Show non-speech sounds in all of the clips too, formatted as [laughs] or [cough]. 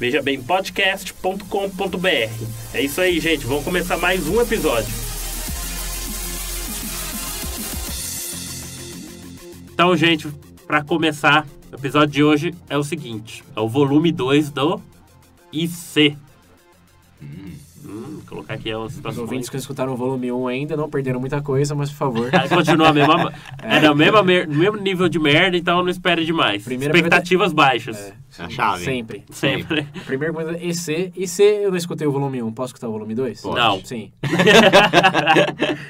vejabempodcast.com.br. É isso aí, gente, vamos começar mais um episódio. Então, gente, para começar, o episódio de hoje é o seguinte: é o volume 2 do IC. Hum, vou colocar aqui as Os situações. ouvintes que não escutaram o volume 1 ainda não perderam muita coisa, mas por [laughs] favor. Aí Ah, Continua a [laughs] mesma. É, no mesmo, mesmo nível de merda, então não espere demais. Primeira Expectativas baixas. É A chave. é, Sempre. Sempre. Primeiro coisa, EC. EC eu não escutei o volume 1. Posso escutar o volume 2? Pode. Não. Sim.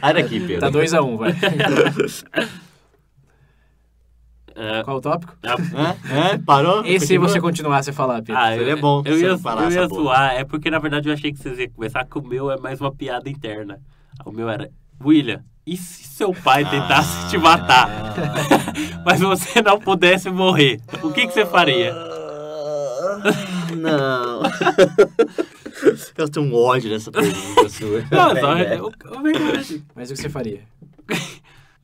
Olha aqui, Pedro. Tá 2x1, um, vai. [laughs] É, Qual o tópico? Hã? Hã? Parou? E se Continua? você continuar a se falar, Pedro? ah, Ele é bom, Eu se ia, não parar eu essa ia porra. zoar, é porque na verdade eu achei que vocês iam começar que o meu é mais uma piada interna. Ah, O meu era, William, e se seu pai tentasse Ah. te matar? [laughs] Mas você não pudesse morrer, o que, que você faria? Ah, Não. Eu tenho um ódio dessa pergunta sua. [laughs] Não, só, né? o, o verdade. Mas o que você faria?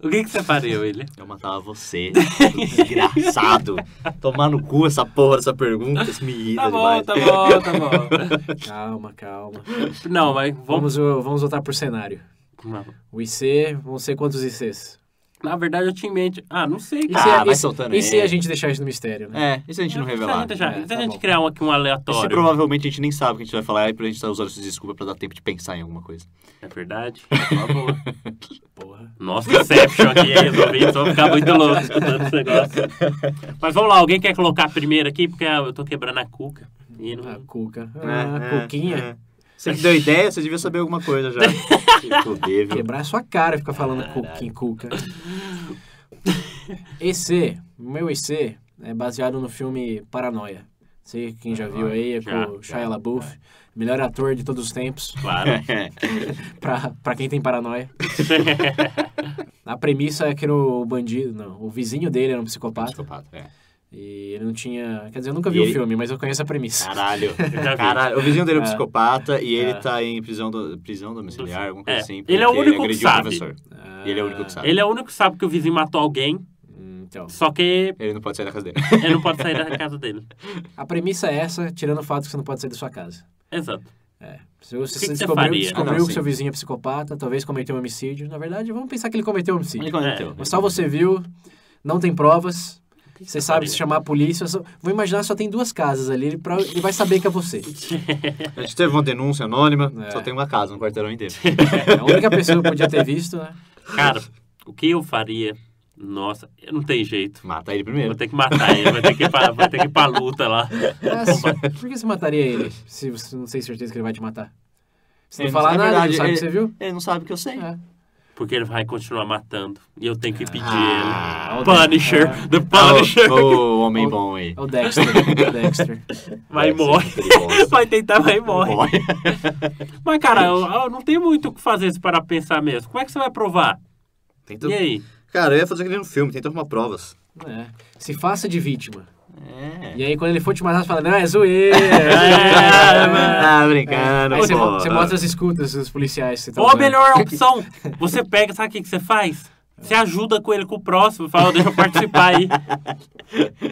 O que, que você faria, William? Eu matava você, desgraçado. Tomar no cu essa porra dessa pergunta, isso me irrita Tá bom, demais. tá bom, tá bom. Calma, calma. Não, mas vamos. Vamos, uh, vamos voltar pro cenário. O IC, vão ser quantos ICs? Na verdade, eu tinha em mente. Ah, não sei, E cara. se, Ah, vai e se- soltando E se aí. é a gente deixar isso no mistério, né? É, isso a gente não revelar. Deixa, deixa, É, deixa tá a gente bom. criar um, aqui um Esse aleatório. provavelmente a gente nem sabe o que a gente vai falar e a gente tá usando essa desculpa pra dar tempo de pensar em alguma coisa. É verdade. Por favor. Porra. Nossa, Inception aqui, hein? Os ouvintes vão ficar muito loucos escutando esse negócio. Mas vamos lá, alguém quer colocar primeiro aqui? Porque ah, eu tô quebrando a cuca. E não... A cuca. É, Ah, é, a cuquinha. é. Você que deu ideia, você devia saber alguma coisa [laughs] já. Tipo, Se fuder, viu? Quebrar a sua cara e ficar falando cuca em cuca. EC, o meu EC é baseado no filme Paranoia. Não Sei quem já viu aí, é Já, com o já, Shia LaBeouf, melhor ator de todos os tempos, [laughs] Claro. É, pra, pra quem tem paranoia. A premissa é que era o bandido, não, o vizinho dele era um psicopata, Psicopata, é. e ele não tinha... Quer dizer, eu nunca vi E o ele- filme, mas eu conheço a premissa. Caralho. já vi. Caralho. O vizinho dele é um É. psicopata e ele É. tá em prisão, do, prisão domiciliar, alguma coisa É. assim. Ele é o porque único que agrediu o sabe. professor. Ah, Ele é o único que sabe. Ele é o único que sabe que o vizinho matou alguém, Então, só que Ele não pode sair [laughs] da casa dele. ele não pode sair da casa dele. a premissa é essa, tirando o fato que você não pode sair da sua casa. Exato. Se você O que que você descobriu, faria? descobriu Ah, não, que sim. seu vizinho é psicopata, talvez cometeu um homicídio. Na verdade, vamos pensar que ele cometeu um Ele homicídio. cometeu. é. Mas só você viu, não tem provas, você sabe faria? se chamar a polícia. só- Vou imaginar só tem duas casas ali, ele, pra- ele vai saber que é você. A gente teve uma denúncia anônima, É. só tem uma casa no [laughs] quarteirão inteiro. É a única pessoa que podia ter visto, né? Cara, o que eu faria? Nossa, eu não tem jeito. Mata ele Vou primeiro. ter que matar ele, vou ter que ir pra, vou ter que ir pra luta lá. Mas por que você mataria ele se você não tem certeza que ele vai te matar? Você não Ele- falar é nada, verdade, ele não sabe ele- que você viu? Ele não sabe que eu sei. É. Porque ele vai continuar matando. E eu tenho que impedir Ah, ele. o Punisher, Deus. The Ah, Punisher. o, o homem bom aí. É o Dexter, o Dexter. Vai e Deve ser morre. aquele bosta. Vai tentar, vai e morre. Morre. [laughs] Mas, cara, eu, eu não tem muito o que fazer se parar pra pensar mesmo. Como é que você vai provar? Tenta- E aí? Cara, eu ia fazer aquele filme, tenta arrumar provas. É. Se faça de vítima. É. E aí, quando ele for te matar, você fala, não, é zoeira. é É, zoeira." mano. Ah, brincando, Aí você, pô. você mostra as escutas dos policiais. que você tá Ou a usando. melhor opção, você pega, sabe o que, que você faz? Você ajuda com ele com o próximo, fala, "Ó, deixa eu participar [laughs] aí.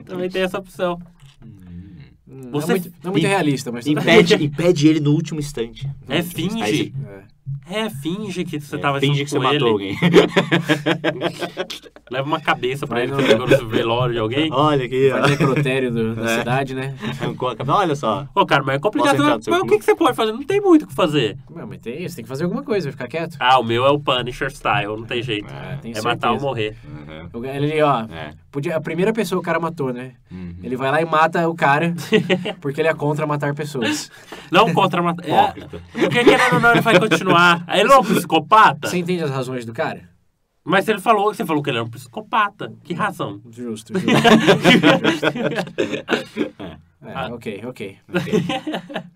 Também tem essa opção. Hum, Você- Não é muito, não é muito Im- realista, mas... tudo [laughs] bem. Impede, impede ele no último instante. É Aí finge. você- É. É, finge que você É, tava junto finge que você com matou ele. alguém. [laughs] Leva uma cabeça pra Vai ele no- que pegou no velório de alguém. Olha [laughs] aqui, Vai no ó. necrotério do- da É. cidade, né? [laughs] Arrancou a cabeça. Olha só. Ô, cara, mas é complicado. Posso entrar no Mas seu o que, clube? que você pode fazer? Não tem muito o que fazer. Não, mas tem, você tem que fazer alguma coisa, vai ficar quieto. Ah, o meu é o Punisher style, não tem jeito. Ah, tem É matar ou certeza. morrer. Uhum. O- Ele, ali, ó, É. podia, a primeira pessoa que o cara matou, né? Uhum. Ele vai lá e mata o [laughs] cara, porque ele é contra matar pessoas. Não contra matar. É, Hipócrita. porque querendo ou não, ele vai continuar. Ele não é um psicopata? Você entende as razões do cara? Mas ele falou, você falou que ele era um psicopata. Que razão? [laughs] Justo, [laughs] justo. é, ok, ok.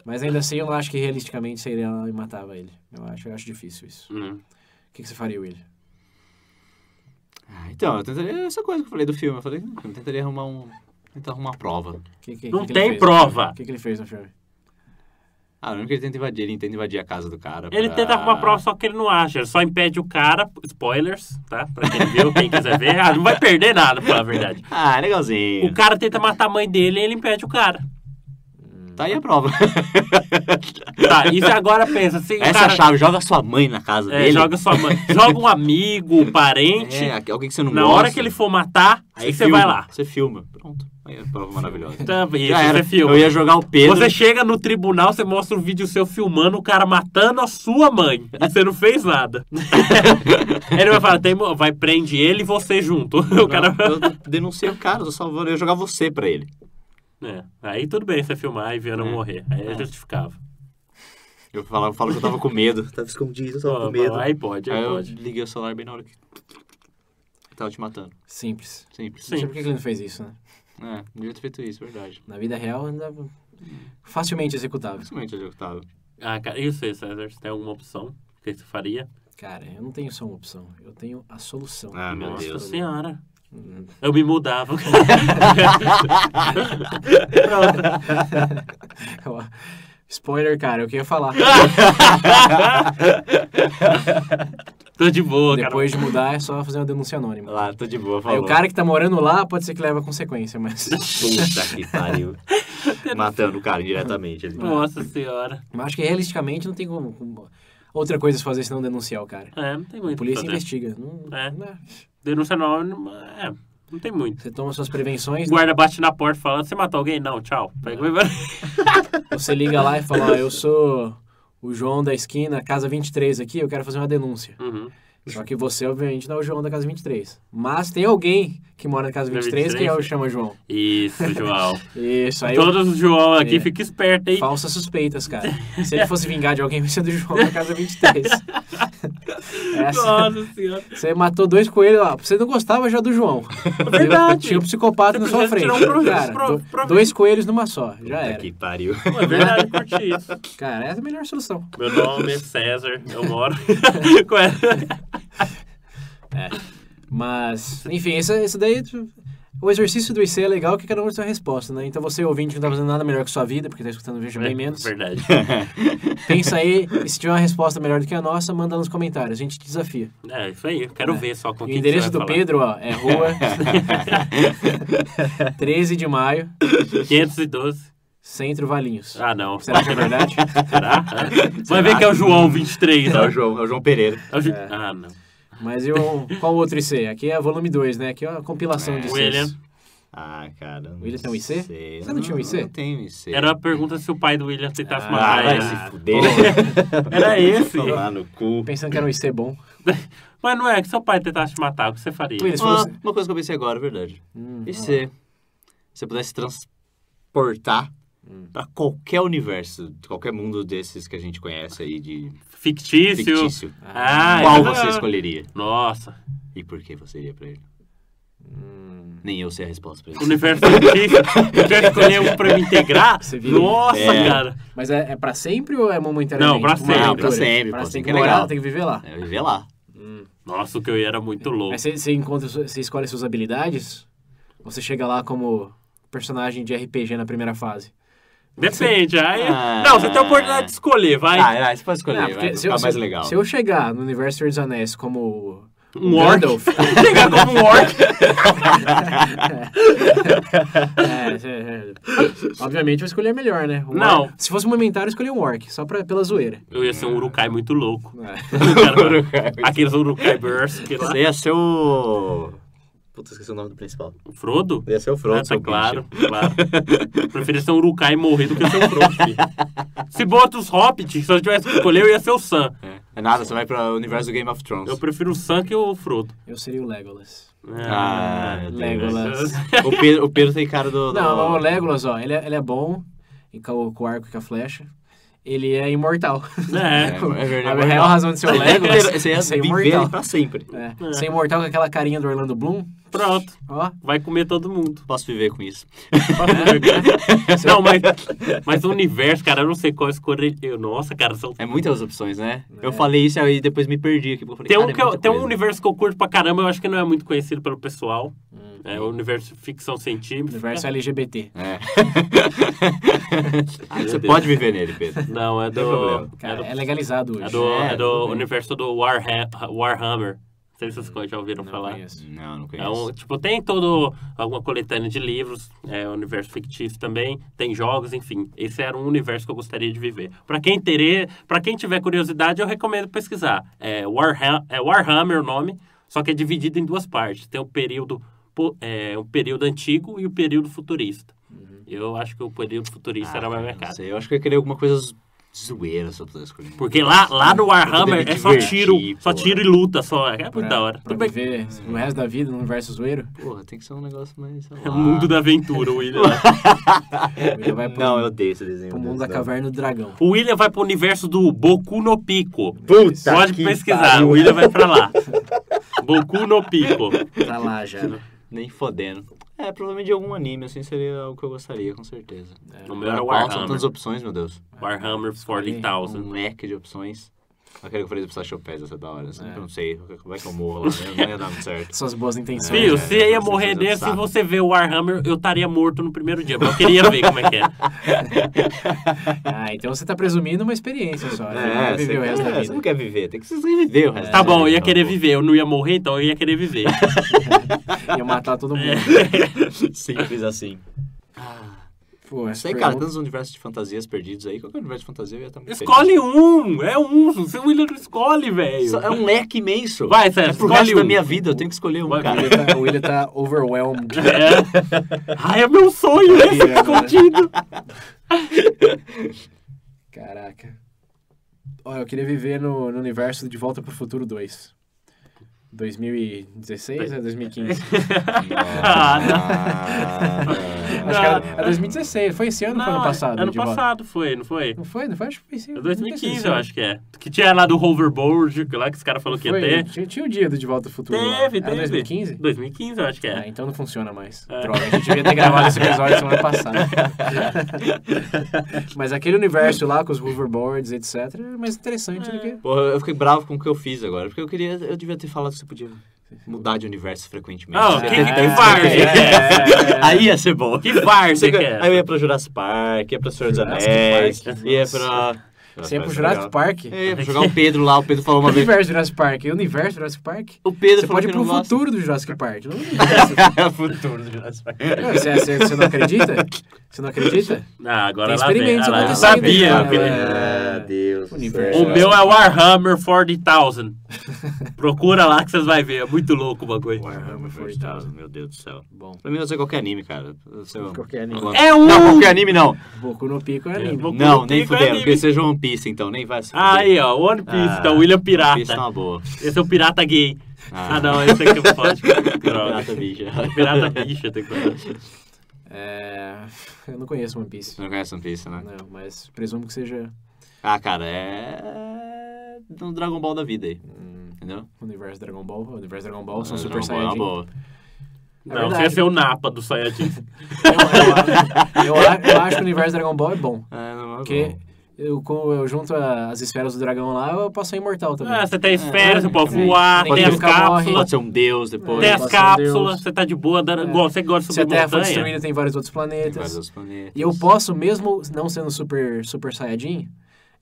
Mas ainda assim, eu não acho que realisticamente você iria lá e matava ele. Eu acho, eu acho difícil isso. Hum. O que, que você faria, Will? Ah, então, eu tentaria. Essa coisa que eu falei do filme. Eu falei, "Hum, eu tentaria arrumar um. Tentar arrumar uma prova. Que, que, Não que que ele tem fez? prova. O que, que ele fez no filme? Ah, lembro que ele tenta invadir, ele tenta invadir a casa do cara. Ele pra- tenta arrumar prova, só que ele não acha. Ele só impede o cara. Spoilers, tá? Pra quem viu, quem quiser ver. Ah, não vai perder nada, pra falar a verdade. Ah, legalzinho. O cara tenta matar a mãe dele e ele impede o cara. Tá aí [laughs] a prova. Tá, e você agora pensa assim, Essa é a cara, chave, joga sua mãe na casa é, dele. joga sua mãe, joga um amigo, um parente. É, aqu- alguém que você não na gosta. hora que ele for matar, aí você filma. vai lá. Você filma. Pronto. Aí é a prova maravilhosa. Tá, isso, Já era. você filma. Eu ia jogar o Pedro. Você chega no tribunal, você mostra um vídeo seu filmando o cara matando a sua mãe. E você não fez [laughs] nada. ele vai falar, tem, mo- vai prende ele e você junto. [laughs] O cara... Não, eu denunciei o cara, eu tô salvando. Eu ia jogar você pra ele. É, aí tudo bem você filmar e ver eu não É. morrer. Aí é justificável. Eu falava, eu falo que eu tava com medo. tava escondido, eu Ó, Aí pode, aí, Aí eu pode. liguei o celular bem na hora que. Eu tava te matando. Simples. Simples. Sim. Não sei por que que ele não fez isso, né? É, não devia ter feito isso, verdade. Na vida real, ainda facilmente executável. Facilmente executável. Ah, cara, e você, César? Você tem alguma opção? O que você faria? Cara, eu não tenho só uma opção. Eu tenho a solução. Ah, meu Nossa Deus. senhora. [laughs] Hum. Eu me mudava. Ó, Spoiler, cara, é eu [laughs] queria falar. [laughs] Tô de boa, cara. Depois de mudar, é só fazer uma denúncia anônima. Lá, tô de boa, Aí falou. o cara que tá morando lá pode ser que leve a consequência, mas. Puta que [laughs] pariu. Matando o cara indiretamente ali. Nossa senhora. mas acho que realisticamente não tem como. como- Outra coisa a se fazer senão denunciar o cara. É, não tem A muito. o que polícia fazer. investiga. Não- É. né? Denúncia anônima, é, não tem muito. Você toma suas O prevenções, guarda bate na porta e fala, você matou alguém? Não, tchau. Pega e vai embora. você liga lá e fala: ó, Eu sou o João da esquina, casa 23 aqui, eu quero fazer uma denúncia. Uhum. Só que você, obviamente, não é o João da casa 23. Mas tem alguém que mora na casa Na 23 que é o 23? chama João. Isso, João. Isso, aí eu Todos os João aqui, É. fica esperto, hein? Falsas suspeitas, cara. Se ele fosse vingar de alguém, vai ser do João da casa 23. Essa, [laughs] Nossa senhora. É assim. você matou dois coelhos lá. Você não gostava já do João. verdade. Tinha um psicopata Você na sua precisa frente. tirar um pro- Cara, pro- do- pro- dois coelhos numa só. Já Puta era. que pariu. Pô, é verdade, eu curti isso. Cara, essa é a melhor solução. Meu nome é César, eu moro. [laughs] com ela. É. Mas, enfim, isso, isso daí. tu- O exercício do IC é legal que cada um tem sua resposta, né? Então você, ouvinte, não tá fazendo nada melhor que sua vida, porque tá escutando o É, vídeo bem menos. Verdade. Pensa aí, e se tiver uma resposta melhor do que a nossa, manda nos comentários. A gente te desafia. É, isso aí. eu Quero ver só com O quem que endereço você do vai falar. Pedro, ó, é rua [laughs] 13 de maio, 512. Centro Valinhos. Ah, não. Será que é verdade? Será? [laughs] Vai ver que é o João 23. [laughs] É ó. o João, é o João Pereira. né? É o Ju- É. Ah, não. Mas e o, qual outro IC? Aqui é volume 2, né? Aqui é a compilação de ICs. William. Ah, cara. O William tem um IC? sei. Você não tinha um IC? Eu tenho um IC. Era a pergunta se o pai do William tentasse Ah, Ah, matar vai ele. mas- [laughs] se fuder. [laughs] Era esse. Tomar no cu. Pensando que era um IC bom. Mas não é que seu pai tentasse te matar, o que você faria? William, se Uma, fosse... uma coisa que eu pensei agora, é verdade. Hum, E se você pudesse transportar pra qualquer universo, qualquer mundo desses que a gente conhece aí de Fictício. fictício, Ah, qual é você verdade. escolheria? Nossa, E por que você iria pra ele? Nem eu sei a resposta pra isso. universo fictício. [laughs] Eu quero escolher um pra me integrar. Você viu? Nossa, É. cara. Mas é, é pra sempre ou é momentaneamente? Não, pra Uma sempre. aventura. Não, pra sempre, Pra pô, você tem sempre que é morar, legal. tem que viver lá. Eu ia ver lá. Nossa, o que eu ia era muito louco. Mas você, você encontra, su- você escolhe suas habilidades? Ou você chega lá como personagem de RPG na primeira fase? Depende, aí. Ah. Não, você tem a oportunidade de escolher, vai. Ah, ah, você pode escolher, Ah, vai porque ficar mais se, legal. se eu chegar no universo Senhor dos Anéis como Um orc. [laughs] Gandalf, [laughs] Chegar como um orc. É, é, é. Obviamente eu escolhi a melhor, né? O Não. orc- se fosse um inventário, eu escolhi um orc, só pra, pela zoeira. Eu ia ser um urukai muito [laughs] louco. É. Cara, Aqueles urukai burst lá. Você ia ser o... Puta, esqueci o nome do principal. O Frodo? Ia ser o É, Frodo, Ah, tá seu claro, bicho. claro. Preferia ser um urukai e morrer do que ser um Frodo, filho. [laughs] Se bota os hobbits, se eu tivesse que escolher, eu ia ser o Sam. É. É nada, você vai pro universo do Game of Thrones. Eu prefiro o Sam que o Frodo. É. Eu seria o Legolas. Ah, meu Deus. Legolas. O Pedro, o Pedro tem cara do. do- Não, mas o Legolas, ó, ele é, ele é bom em co- com o arco e com a flecha. Ele é imortal. É. [laughs] É, é A verdade. real razão de ser o Legolas Você ia é ser viver ele imortal. pra sempre. É. Ser imortal com aquela carinha do Orlando Bloom, Pronto. Ó, Vai comer todo [laughs] mundo. Posso viver com isso. É, Não, mas, mas o universo, cara, eu não sei qual escolher. Eu- Nossa, cara, são É muitas opções, né? É. Eu falei isso aí depois me perdi aqui. porque Eu falei, Tem um, cara, é que eu- muita tem um coisa. universo que eu curto pra caramba, eu acho que não é muito conhecido pelo pessoal. Hum. É o universo de ficção científica. universo LGBT. É. Ai, [laughs] Você meu Deus. pode viver nele, Pedro. Não, é do. problema. é Cara, do, é legalizado hoje. é do, é É, do tudo bem. Hum. universo do Warha- Warhammer. Não sei se vocês co- já ouviram Não falar. conheço. Não, não É conheço. um, tipo, tem todo alguma coletânea de livros, é universo fictício também, tem jogos, enfim. Esse era um universo que eu gostaria de viver. Pra quem terê, para quem tiver curiosidade, eu recomendo pesquisar. É, Warha é Warhammer o nome, só que é dividido em duas partes. Tem o período po- é, o período antigo e o período futurista. Eu acho que o período futurista era mais Uhum. minha Ah, cara, não cara. sei, Eu acho que eu queria alguma coisa zo- zoeira sobre essas coisas. Porque lá, lá no Warhammer poder me é só divertir, tiro, só pô. tiro e luta só. É muito Pra- da hora. Pra Tudo bem. viver o resto da vida no universo zoeiro. Porra, tem que ser um negócio mais. sei É lá. o mundo da aventura, [laughs] William. Ele vai pro, Não, eu odeio esse desenho. pro meu mundo da Deus, não. caverna do dragão. O William vai pro universo do Boku no Pico. Puta Pode que pesquisar, pariu. o William vai pra lá. [laughs] Boku no Pico. Tá lá já. né? Nem fodendo. É, provavelmente de algum anime, assim, seria o que eu gostaria, com certeza. É, O meu era Qual são tantas Warhammer. opções, meu Deus? Warhammer Um 40,000. leque de opções. Aquele que eu falei do Pistachio Pés, essa é da hora. Eu sempre É. não sei como é que eu morro lá, né? não ia dar muito certo. Suas boas intenções. Filho, É, se eu ia você morrer precisa desse, se usar. você ver o Warhammer, eu estaria morto no primeiro dia. Mas eu queria ver como é que é. Ah, então você tá presumindo uma experiência só. né? [laughs] Vai você, viver o resto é, da você não vida. quer viver, tem que se viver o resto. Tá da bom, eu vida, ia então, querer pô. viver. Eu não ia morrer, então eu ia querer viver. [laughs] Ia matar todo mundo. [laughs] Simples assim. Pô, é Não sei, cara, tantos universos de fantasias perdidos aí. Qual que é o universo de fantasia? Eu ia estar muito Escolhe um! É um! Se o William não escolhe, feliz. velho. É um leque imenso. Vai, Sérgio, é pro escolhe resto da um. minha vida, eu tenho que escolher um, Vai, cara. O William tá- o [laughs] William tá overwhelmed. [laughs] É. Ai, é meu sonho [laughs] esse Queria, né? escondido. Caraca. Ó, eu queria viver no, no universo de Volta pro Futuro 2. 2016 ou 2015? Ah, tá. [laughs] Acho que era, era 2016. Foi esse ano ou foi ano Não, passado? Ano de volta? passado foi, não foi? Não foi? Não foi? Acho que foi sim. É 2015, eu acho que é. Que tinha lá do hoverboard, que lá que os caras falaram que ia Foi, ter. Tinha, tinha o dia do De Volta ao Futuro. lá. Teve, Era teve. 2015? 2015, eu acho que Ah, é. então não funciona mais. É. Droga, a gente devia ter gravado esse episódio semana [laughs] passada. mas aquele universo lá com os hoverboards, etc, é mais interessante do que... Porra, eu fiquei bravo com o que eu fiz agora, porque eu queria. Eu devia ter falado que você podia mudar de universo frequentemente. Não, Você que- ia que ter- várzea que é, é, é. Aí ia ser bom. Que várzea Você- que é. Aí eu ia pra Jurassic Park, ia pra Senhor dos Jurassic Anéis, Park, ia nossa. pra. Você ia pro Park, Jurassic legal. Park? É, pra jogar o Pedro lá, o Pedro falou O uma vez. universo Jurassic Park. O universo Jurassic Park? O Pedro Você falou pode que ir pro não gosta. [laughs] É, futuro do Jurassic Park. Não, não, futuro do Jurassic Park. você, é, você- você não acredita? Você não acredita? Ah, agora Tem lá vem. experimentos Ah, lá, eu acontecendo, sabia. cara, né? que- é. Deus. Universo. O meu é Warhammer 40,000. Procura lá que vocês vão ver. É muito louco o bagulho. Warhammer Ah, Meu Deus do céu. Bom, Pra mim, eu sei qualquer anime, cara. Eu sei- Qualquer anime. Não, É um! Não, qualquer anime não. Boku no Pico é É, anime. Boku não, no nem Pico é fudendo. anime. Que seja One Piece, então. Nem vai se fuder. Aí, ó, One Piece, Ah, então, William One Piece tá Pirata. uma boa. Esse é o pirata gay. Ah, Ah. não, esse aqui [laughs] é pode. Droga. Pirata é [laughs] bicha. Pirata bicha, tem que falar. É, Eu não conheço One Piece. Você não conhece One Piece, né? Não, mas presumo que seja Ah, cara, é. Um Dragon Ball da vida aí. Entendeu? o universo Dragon Ball. O universo Dragon Ball são Ah, Hum. Super Dragon Ball é uma Saiyajin. boa. Não, você verdade. ia ser o Napa do Saiyajin. Eu, eu- eu a- eu acho que o universo Dragon Ball é bom. É, não é Porque bom. eu, com- eu junto a- as esferas do dragão lá, eu posso ser imortal também. Ah, você tem esfera, é, você pode também. voar, Pode tem as ficar morre. cápsulas. Pode ser um deus depois. Tem Terra as Deus. cápsulas, você tá de boa, dando, igual, você gosta de Se a subir Terra for montanha. destruída, tem vários outros planetas. é Vários planetas. E eu posso, mesmo não sendo super, super saiyajin,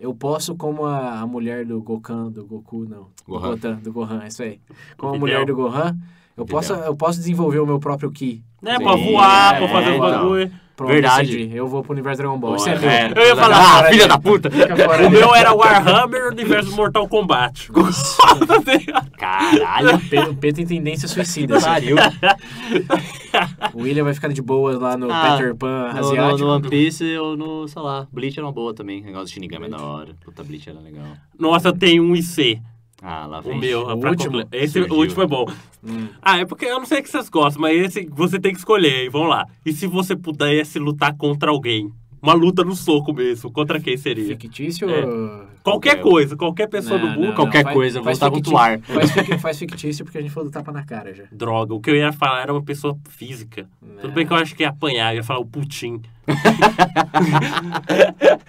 eu posso, como a, a mulher do Gokan, do Goku, não. Gohan. Do Gotan, do Gohan, isso aí. Como a Videl. mulher do Gohan, eu Videl. posso, eu posso desenvolver o meu próprio Ki. Né, Sim, pra voar, é, pra fazer o então. bagulho. Pronto, Verdade. decidi. Eu vou pro universo Dragon Ball. Boa, Isso é meu. é. Eu ia falar, Ah, filha da puta! Fica [laughs] fora O dele. meu era Warhammer universo Mortal [laughs] Kombat. [laughs] Caralho! O Pedro- o Pedro tem tendência suicida. assim. Pariu. [laughs] O William vai ficar de boas lá no Ah, Peter Pan No, no, asiático. no One Piece ou no, sei lá, Bleach era uma boa também. O negócio de Shinigami é da hora. Puta, Bleach era legal. Nossa, eu tenho um IC. Ah, lá O vem. meu, o pra último comple- Esse surgiu. o último é bom. Hum. Ah, é porque eu não sei o que vocês gostam, mas esse você tem que escolher, hein? Vamos lá. E se você pudesse lutar contra alguém? Uma luta no soco mesmo. Contra quem seria? Fictício É. ou... Qualquer coisa, qualquer pessoa É do Não, mundo. não, qualquer faz- coisa, faz voltar com o fictício- tuar. Faz, fic- faz fictício porque a gente falou do tapa na cara já. Droga, o que eu ia falar era uma pessoa física. Tudo bem que eu acho que ia apanhar, eu ia falar o Putin.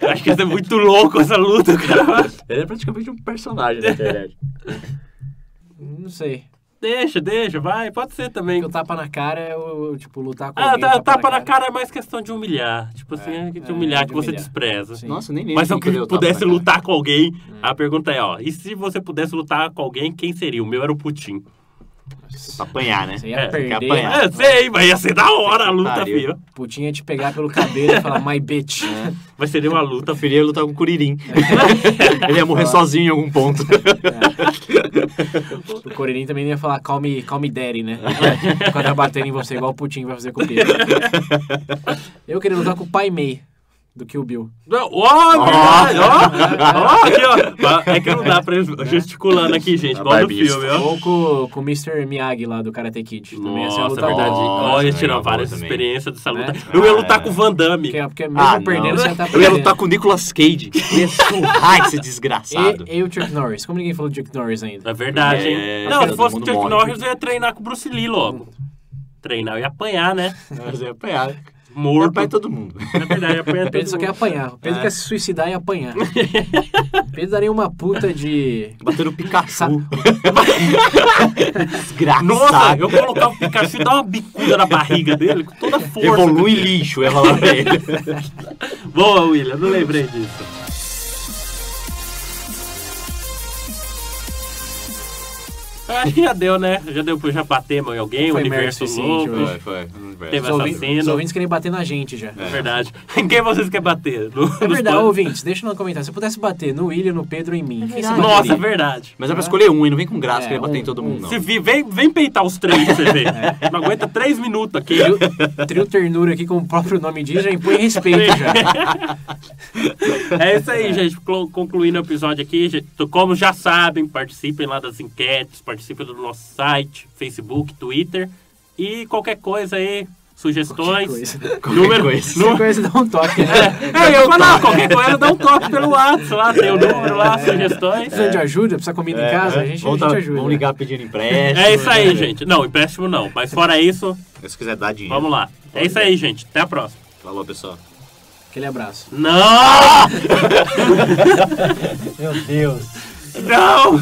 Eu acho que isso é muito louco essa luta, cara. Ele é praticamente um personagem da internet. Não sei. Deixa, deixa, vai, pode ser também. Porque o tapa na cara é o, tipo, lutar com Ah, alguém. tá, tapa na cara é mais questão de humilhar. Tipo assim, é, que te é, humilhar, de que você humilhar. despreza. [laughs] Sim. Nossa, nem lembro. Mas se quem que eu deu tapa pudesse na cara. lutar com alguém, Hum. a pergunta é, ó, e se você pudesse lutar com alguém, quem seria? O meu era o Putin. Pra apanhar, né? Você ia É, tem que perder. né? apanhar. mano. É, sei, mas ia ser da hora a luta, Pariu. filho. O Putin ia Tipo, te pegar pelo cabelo e falar, my bitch. Mas seria uma luta Eu preferia lutar com [laughs] o Curirim. Ele ia morrer sozinho em algum ponto. O Coririm também não ia falar, calm me, calm me daddy, né? Quando tá batendo em você, igual o Putin vai fazer com o Pedro. Eu queria lutar com o Pai Mei, do Kill Bill. Não, ó, verdade, ó, ó, aqui, ó. É que não dá pra eles gesticulando aqui, gente, A igual no Barbista. filme, ó. Ou com, com o Mr. Miyagi lá do Karate Kid. Também assim, ia ser uma Nossa, luta verdade. boa. boa. Ó, ia Nossa, é tirar uma boa várias também. experiências dessa luta. Né? Eu ia Ah, lutar é. com o Van Damme. Porque, porque mesmo Ah, não. perdendo, você tá ia estar Eu ia perdendo. lutar com o Nicolas Cage. Eu ia surrar esse desgraçado. E, e o Chuck Norris. Como ninguém falou do Chuck Norris ainda? É verdade, hein? É, não, se todo fosse o mundo Chuck morre. Norris, eu ia treinar com o Bruce Lee logo. Treinar, eu ia apanhar, né? Mas é apanhar. Morto. Apanha todo mundo. Na verdade, eu ia apanhar O Pedro só todo quer mundo. apanhar. O Pedro quer se suicidar e apanhar. O Pedro daria uma puta de... Bater o Pikachu. Sa- Desgraçado. Nossa, eu colocar o Pikachu e dar uma bicuda na barriga dele com toda a força. Evolui lixo, eu ia falar pra ele. Boa, William, não lembrei disso. Acho que já deu, né? Já deu pra já bater mano, em alguém, o Foi universo merda suficiente louco. hoje. Foi, foi. Teve Os ouvintes, assassino. os ouvintes querem bater na gente já. Tá É verdade. [laughs] Em quem vocês querem bater? No- É nos verdade, pan- ouvintes, deixa no comentário. Se eu pudesse bater no William, no Pedro e em mim. quem você Nossa, é bateria? verdade. Mas é pra escolher um, e não vem com graça, É, que ele bater um, em todo mundo, não. Se vi, vem, vem peitar os três, pra [laughs] você vê. É. Não aguenta três minutos aqui. Trio, trio ternura aqui, como o próprio nome diz, já impõe respeito [laughs] já. É isso aí, gente. Clo- Concluindo o episódio aqui, gente, como já sabem, participem lá das enquetes, participem do nosso site, Facebook, Twitter e qualquer coisa aí, sugestões. Coisa. Qualquer número- coisa. nu- Qualquer coisa dá um toque, né? É, eu falar, qualquer coisa dá um toque pelo WhatsApp lá, tem o É. número lá, sugestões. Precisa de ajuda, precisa comida em casa, a gente, a vamos, gente tá- ajuda. vamos [laughs] ligar pedindo empréstimo. É isso aí, né? gente. Não, empréstimo não, mas fora isso, Se quiser dar dinheiro. vamos lá. É isso aí, gente. Até a próxima. Falou, pessoal. Aquele abraço. Ah! Não! Meu Deus. Não!